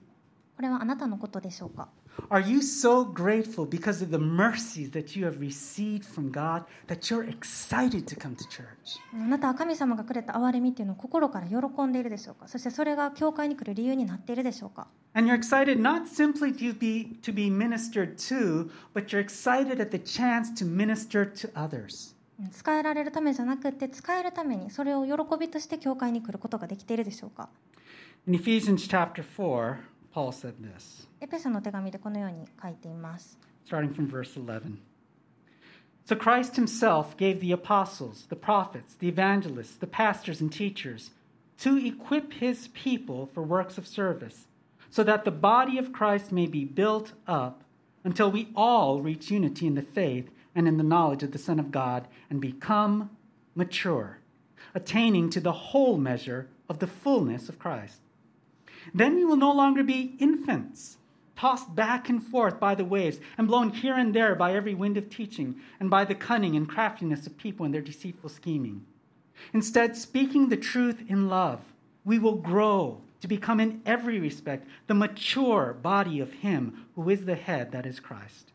S1: これはあなたのことでしょうか
S2: Are you so grateful because of the mercies that you have received from God that you're excited to come to church?
S1: あなたは神様がくれた憐れみっていうのを心から喜んでいるでしょうかそしてそれが教会に来る理由になっているでしょうか
S2: And you're excited not simply to be, to be ministered to, but you're excited at the chance to minister to others.
S1: うん使えられるためじゃなくって使えるためにそれを喜びとして教会に来ることができているでしょうか
S2: In Ephesians chapter 4, Paul said this,
S1: エペソの手紙でこのように書いています。
S2: starting from verse 11. So Christ himself gave the apostles, the prophets, the evangelists, the pastors, and teachers to equip his people for works of service, so that the body of Christ may be built up until we all reach unity in the faith and in the knowledge of the Son of God and become mature, attaining to the whole measure of the fullness of Christ. Then we will no longer be infants, tossed back and forth by the waves and blown here and there by every wind of teaching and by the cunning and craftiness of people and their deceitful scheming. Instead, speaking the truth in love, we will grow to become in every respect the mature body of Him who is the head, that is Christ.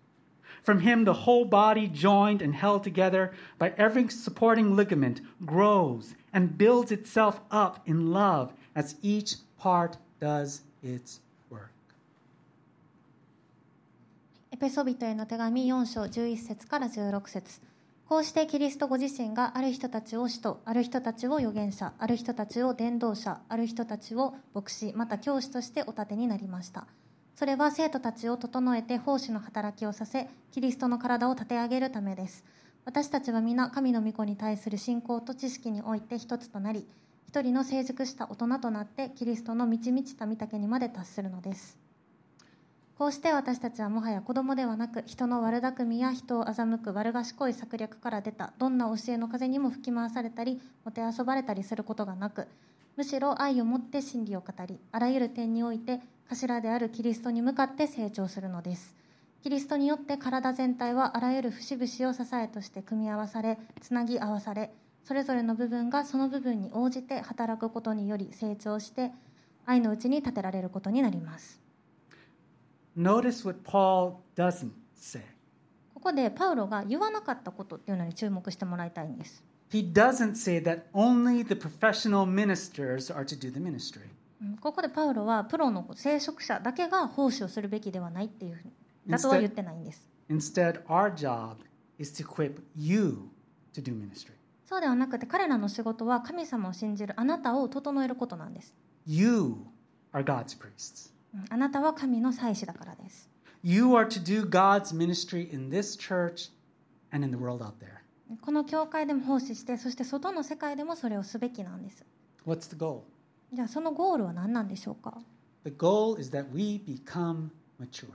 S2: From him, the whole body, joined and held together by every supporting ligament, grows and builds itself up in love as each part does its work.
S1: エペソビトへの手紙4章11節から16節こうしてキリストご自身がある人たちを使徒、ある人たちを預言者、ある人たちを伝道者、ある人たちを牧師、また教師としてお立てになりました。それは生徒たちを整えて奉仕の働きをさせ、キリストの体を立て上げるためです。私たちは皆神の御子に対する信仰と知識において一つとなり、一人の成熟した大人となってキリストの満ち満ちた御丈にまで達するのです。こうして私たちはもはや子供ではなく人の悪巧みや人を欺く悪賢い策略から出たどんな教えの風にも吹き回されたりもてあそばれたりすることがなくむしろ愛を持って真理を語りあらゆる点において頭であるキリストに向かって成長するのですキリストによって体全体はあらゆる節々を支えとして組み合わされつなぎ合わされそれぞれの部分がその部分に応じて働くことにより成長して愛のうちに立てられることになります
S2: Notice what Paul doesn't say.
S1: ここでパウロが言わなかったことっていうのに注目してもらいたいんです。
S2: He doesn't say that only the professional ministers are to do the ministry.
S1: うんここでパウロはプロの聖職者だけが奉仕をするべきではないっていうふうにだとは言ってないんです。
S2: Instead, our job is to equip you to do ministry.
S1: そうではなくて彼らの仕事は神様を信じるあなたを整えることなんです。
S2: You are God's priests.
S1: うんあなたは神の祭司だからです。
S2: You are to do God's ministry in this church and in the world out there.
S1: この教会でも奉仕してそして外の世界でもそれをすべきなんです。
S2: What's the goal?
S1: じゃあそのゴールは何なんでしょうか
S2: The goal is that we become mature.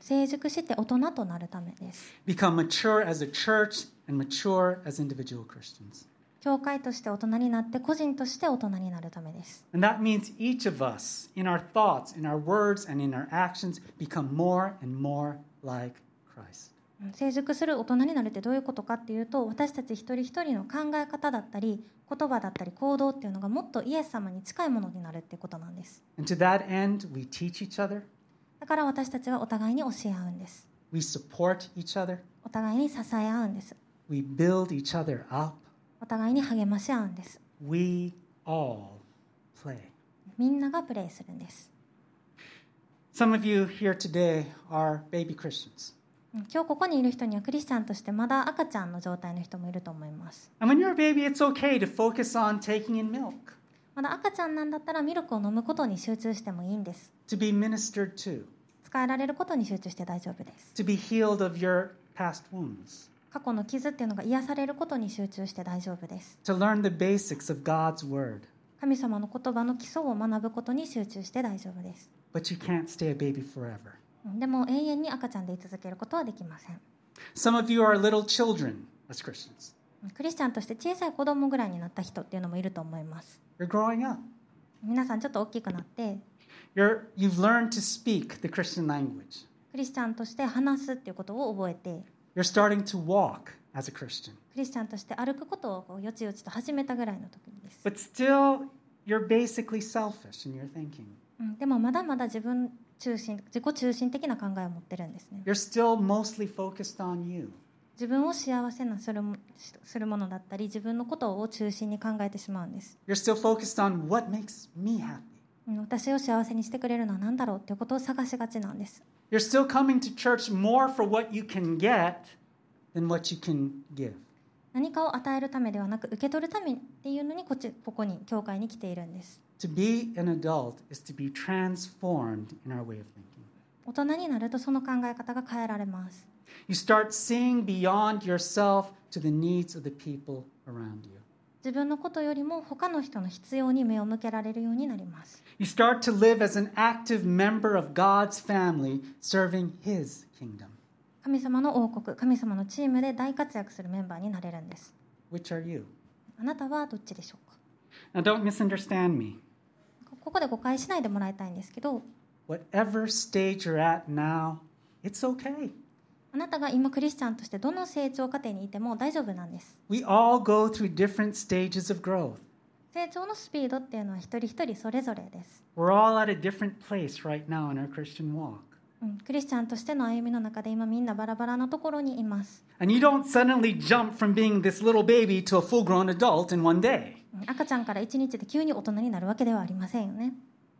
S1: 成熟して大人となるためです。
S2: Become mature as a church and mature as individual Christians.
S1: 教会として大人になって個人として大人になるためです。
S2: And that means each of us, in our thoughts, in our words, and in our actions, become more and more like Christ.
S1: 成熟する大人になるってどういうことかっていうと私たち一人一人の考え方だったり言葉だったり行動っていうのがもっとイエス様に近いものになるってことなんです
S2: And to that end, we teach each other,
S1: だから私たちはお互いに教え合うんです
S2: we support each other,
S1: お互いに支え合うんです
S2: we build each other up.
S1: お互いに励まし合うんです
S2: We all play.
S1: みんながプレイするんです
S2: Some of you here today are baby Christians.
S1: うん今日ここにいる人にはクリスチャンとしてまだ赤ちゃんの状態の人もいると思います
S2: And when you're a baby, it's okay to focus on taking in milk,
S1: まだ赤ちゃんなんだったらミルクを飲むことに集中してもいいんです
S2: to be ministered to,
S1: 使えられることに集中して大丈夫です
S2: to be healed of your past wounds,
S1: 過去の傷っていうのが癒されることに集中して大丈夫です
S2: to learn the basics of God's word.
S1: 神様の言葉の基礎を学ぶことに集中して大丈夫です。
S2: But you can't stay a baby forever.
S1: でも永遠に赤ちゃんでい続けることはできません。
S2: Some of you are little children as Christians.
S1: クリスチャンとして小さい子供ぐらいになった人っていうのもいると思います。
S2: You're growing up.
S1: 皆さんちょっと大きくなって、
S2: You're, you've learned to speak the Christian language.
S1: クリスチャンとして話すっていうことを覚えて、
S2: You're starting to walk as a Christian.
S1: クリスチャンとして歩くことをこうよちよちと始めたぐらいの時です。
S2: But still, you're basically selfish in your thinking.
S1: うんでもまだまだ自分中心、自己中心的な考えを持ってるんですね。
S2: You're still mostly focused on you.
S1: 自分を幸せなするもするものだったり、自分のことを中心に考えてしまうんです。
S2: You're still focused on what makes me happy.
S1: うん私を幸せにしてくれるのは何だろうっていうことを探しがちなんです。
S2: You're still coming to church more for what you can get than what you can give.
S1: 何かを与えるためではなく受け取るためっていうのにこっちここに教会に来ているんです
S2: To be an adult is to be transformed in our way of thinking.
S1: 大人になるとその考え方が変えられます
S2: You start seeing beyond yourself to the needs of the people around you.
S1: 自分のことよりも他の人の必要に目を向けられるようになります
S2: You start to live as an active member of God's family, serving His kingdom.
S1: 神様の王国神様のチームで大活躍するメンバーになれるんです
S2: Which are you?
S1: あなたはどっちでしょうか
S2: Now, don't misunderstand me.
S1: こここで誤解しないでもらいたいんですけど
S2: Whatever stage you're at now, it's okay.
S1: あなたが今クリスチャンとしてどの成長過程にいても大丈夫なんです
S2: We all go through different stages of growth.
S1: 成長のスピードっていうのは一人一人それぞれです
S2: We're all at a different place right now in our Christian walk.
S1: うんうんクリスチャンとしての歩みの中で今みんなバラバラなところにいます。
S2: And you don't suddenly jump from being this little baby to a full grown adult in one day.
S1: うん赤ちゃんから一日で急に大人になるわけではありませんよね。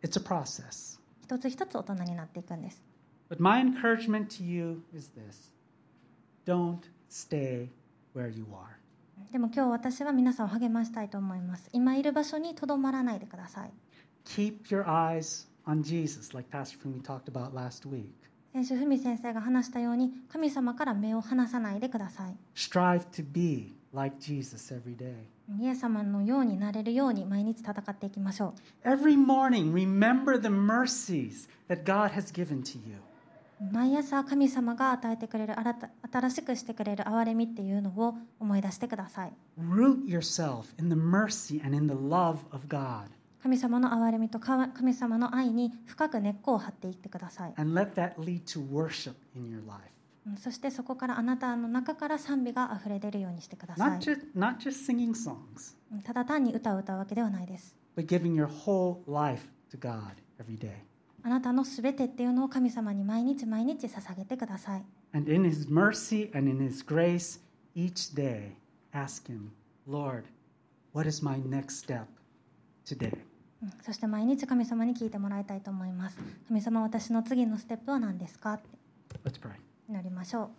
S2: It's a process.
S1: 一つ一つ大人になっていくんです。
S2: But my encouragement to you is this don't stay where you are.
S1: でも今日私は皆さんを励ましたいと思います。今いる場所にとどまらないでください。
S2: Keep your eyes on Jesus, like Pastor Fumi talked about last week.
S1: 先週、文先生が話したように、神様から目を離さないでください。
S2: Strive to be like Jesus every day.
S1: イエス様のようになれるように毎日戦っていきましょ
S2: Every morning, remember the mercies that God has given to you.
S1: う。毎朝神様が与えてくれる新た新しくしてくれる憐れみっていうのを思い出してください。
S2: Root yourself in the mercy and in the love of God,
S1: 神様の憐れみとか神様の愛に深く根っこを張っていってください。
S2: and let that lead to worship in your life.
S1: うんそしてそこからあなたの中から賛美が溢れ出るようにしてくださ
S2: Not
S1: い。
S2: just, not just singing songs,
S1: うんただ単に歌を歌うわけではないです。
S2: but giving your whole life to God every day.
S1: あなたのすべてっていうのを神様に毎日毎日捧げてください。
S2: And in His mercy and in His grace, each day ask Him, Lord, what is my next step today?
S1: うんそして毎日神様に聞いてもらいたいと思います。神様、私の次のステップは何ですかって
S2: Let's pray.
S1: 祈りましょう。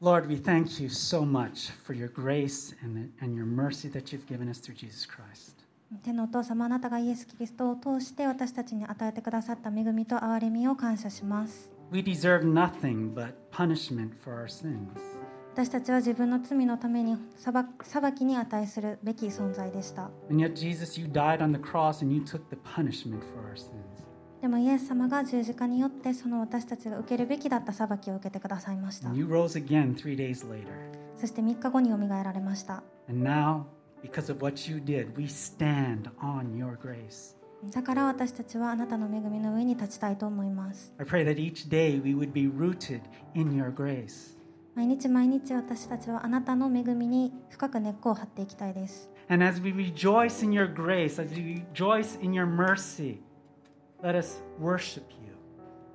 S2: Lord, we thank you so much for your grace and, and your mercy that you've given us through Jesus Christ.
S1: 天のお父様あなたがイエス・キリストを通して私たちに与えてくださった恵みと憐れみを感謝します。
S2: We deserve nothing but punishment for our sins.
S1: 私たちは自分の罪のために裁裁きに値するべき存在でした。
S2: And yet, Jesus, you died on the cross and you took the punishment for our sins.
S1: でもイエス様が十字架によってその私たちが受けるべきだった裁きを受けてくださいました
S2: And。you rose again three days later.
S1: そして3日後によみがえられました。
S2: And now, because of what you did, we stand on your grace.
S1: だから私たちはあなたの恵みの上に立ちたいと思います。
S2: I pray that each day we would be rooted in your grace.
S1: 毎日毎日私たちはあなたの恵みに深く根っこを張っていきたいです。
S2: And as we rejoice in your grace, as we rejoice in your mercy, let us worship you.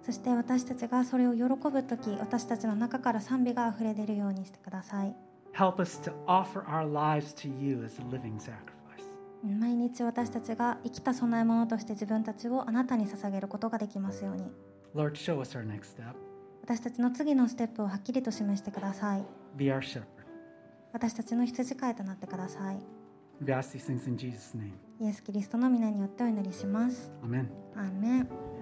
S1: そして私たちがそれを喜ぶとき、私たちの中から賛美があふれ出るようにしてください。
S2: Help us to offer our lives to you as a living sacrifice.
S1: 毎日私たちが生きた供え物として自分たちをあなたに捧げることができますように。
S2: Lord, show us our next step.
S1: 私たちの次のステップをはっきりと示してください。
S2: Be our shepherd.
S1: 私たちの羊飼いとなってください。
S2: We ask these things in Jesus' name.
S1: イエス・キリストの皆によってお祈りします。
S2: Amen.
S1: アーメン。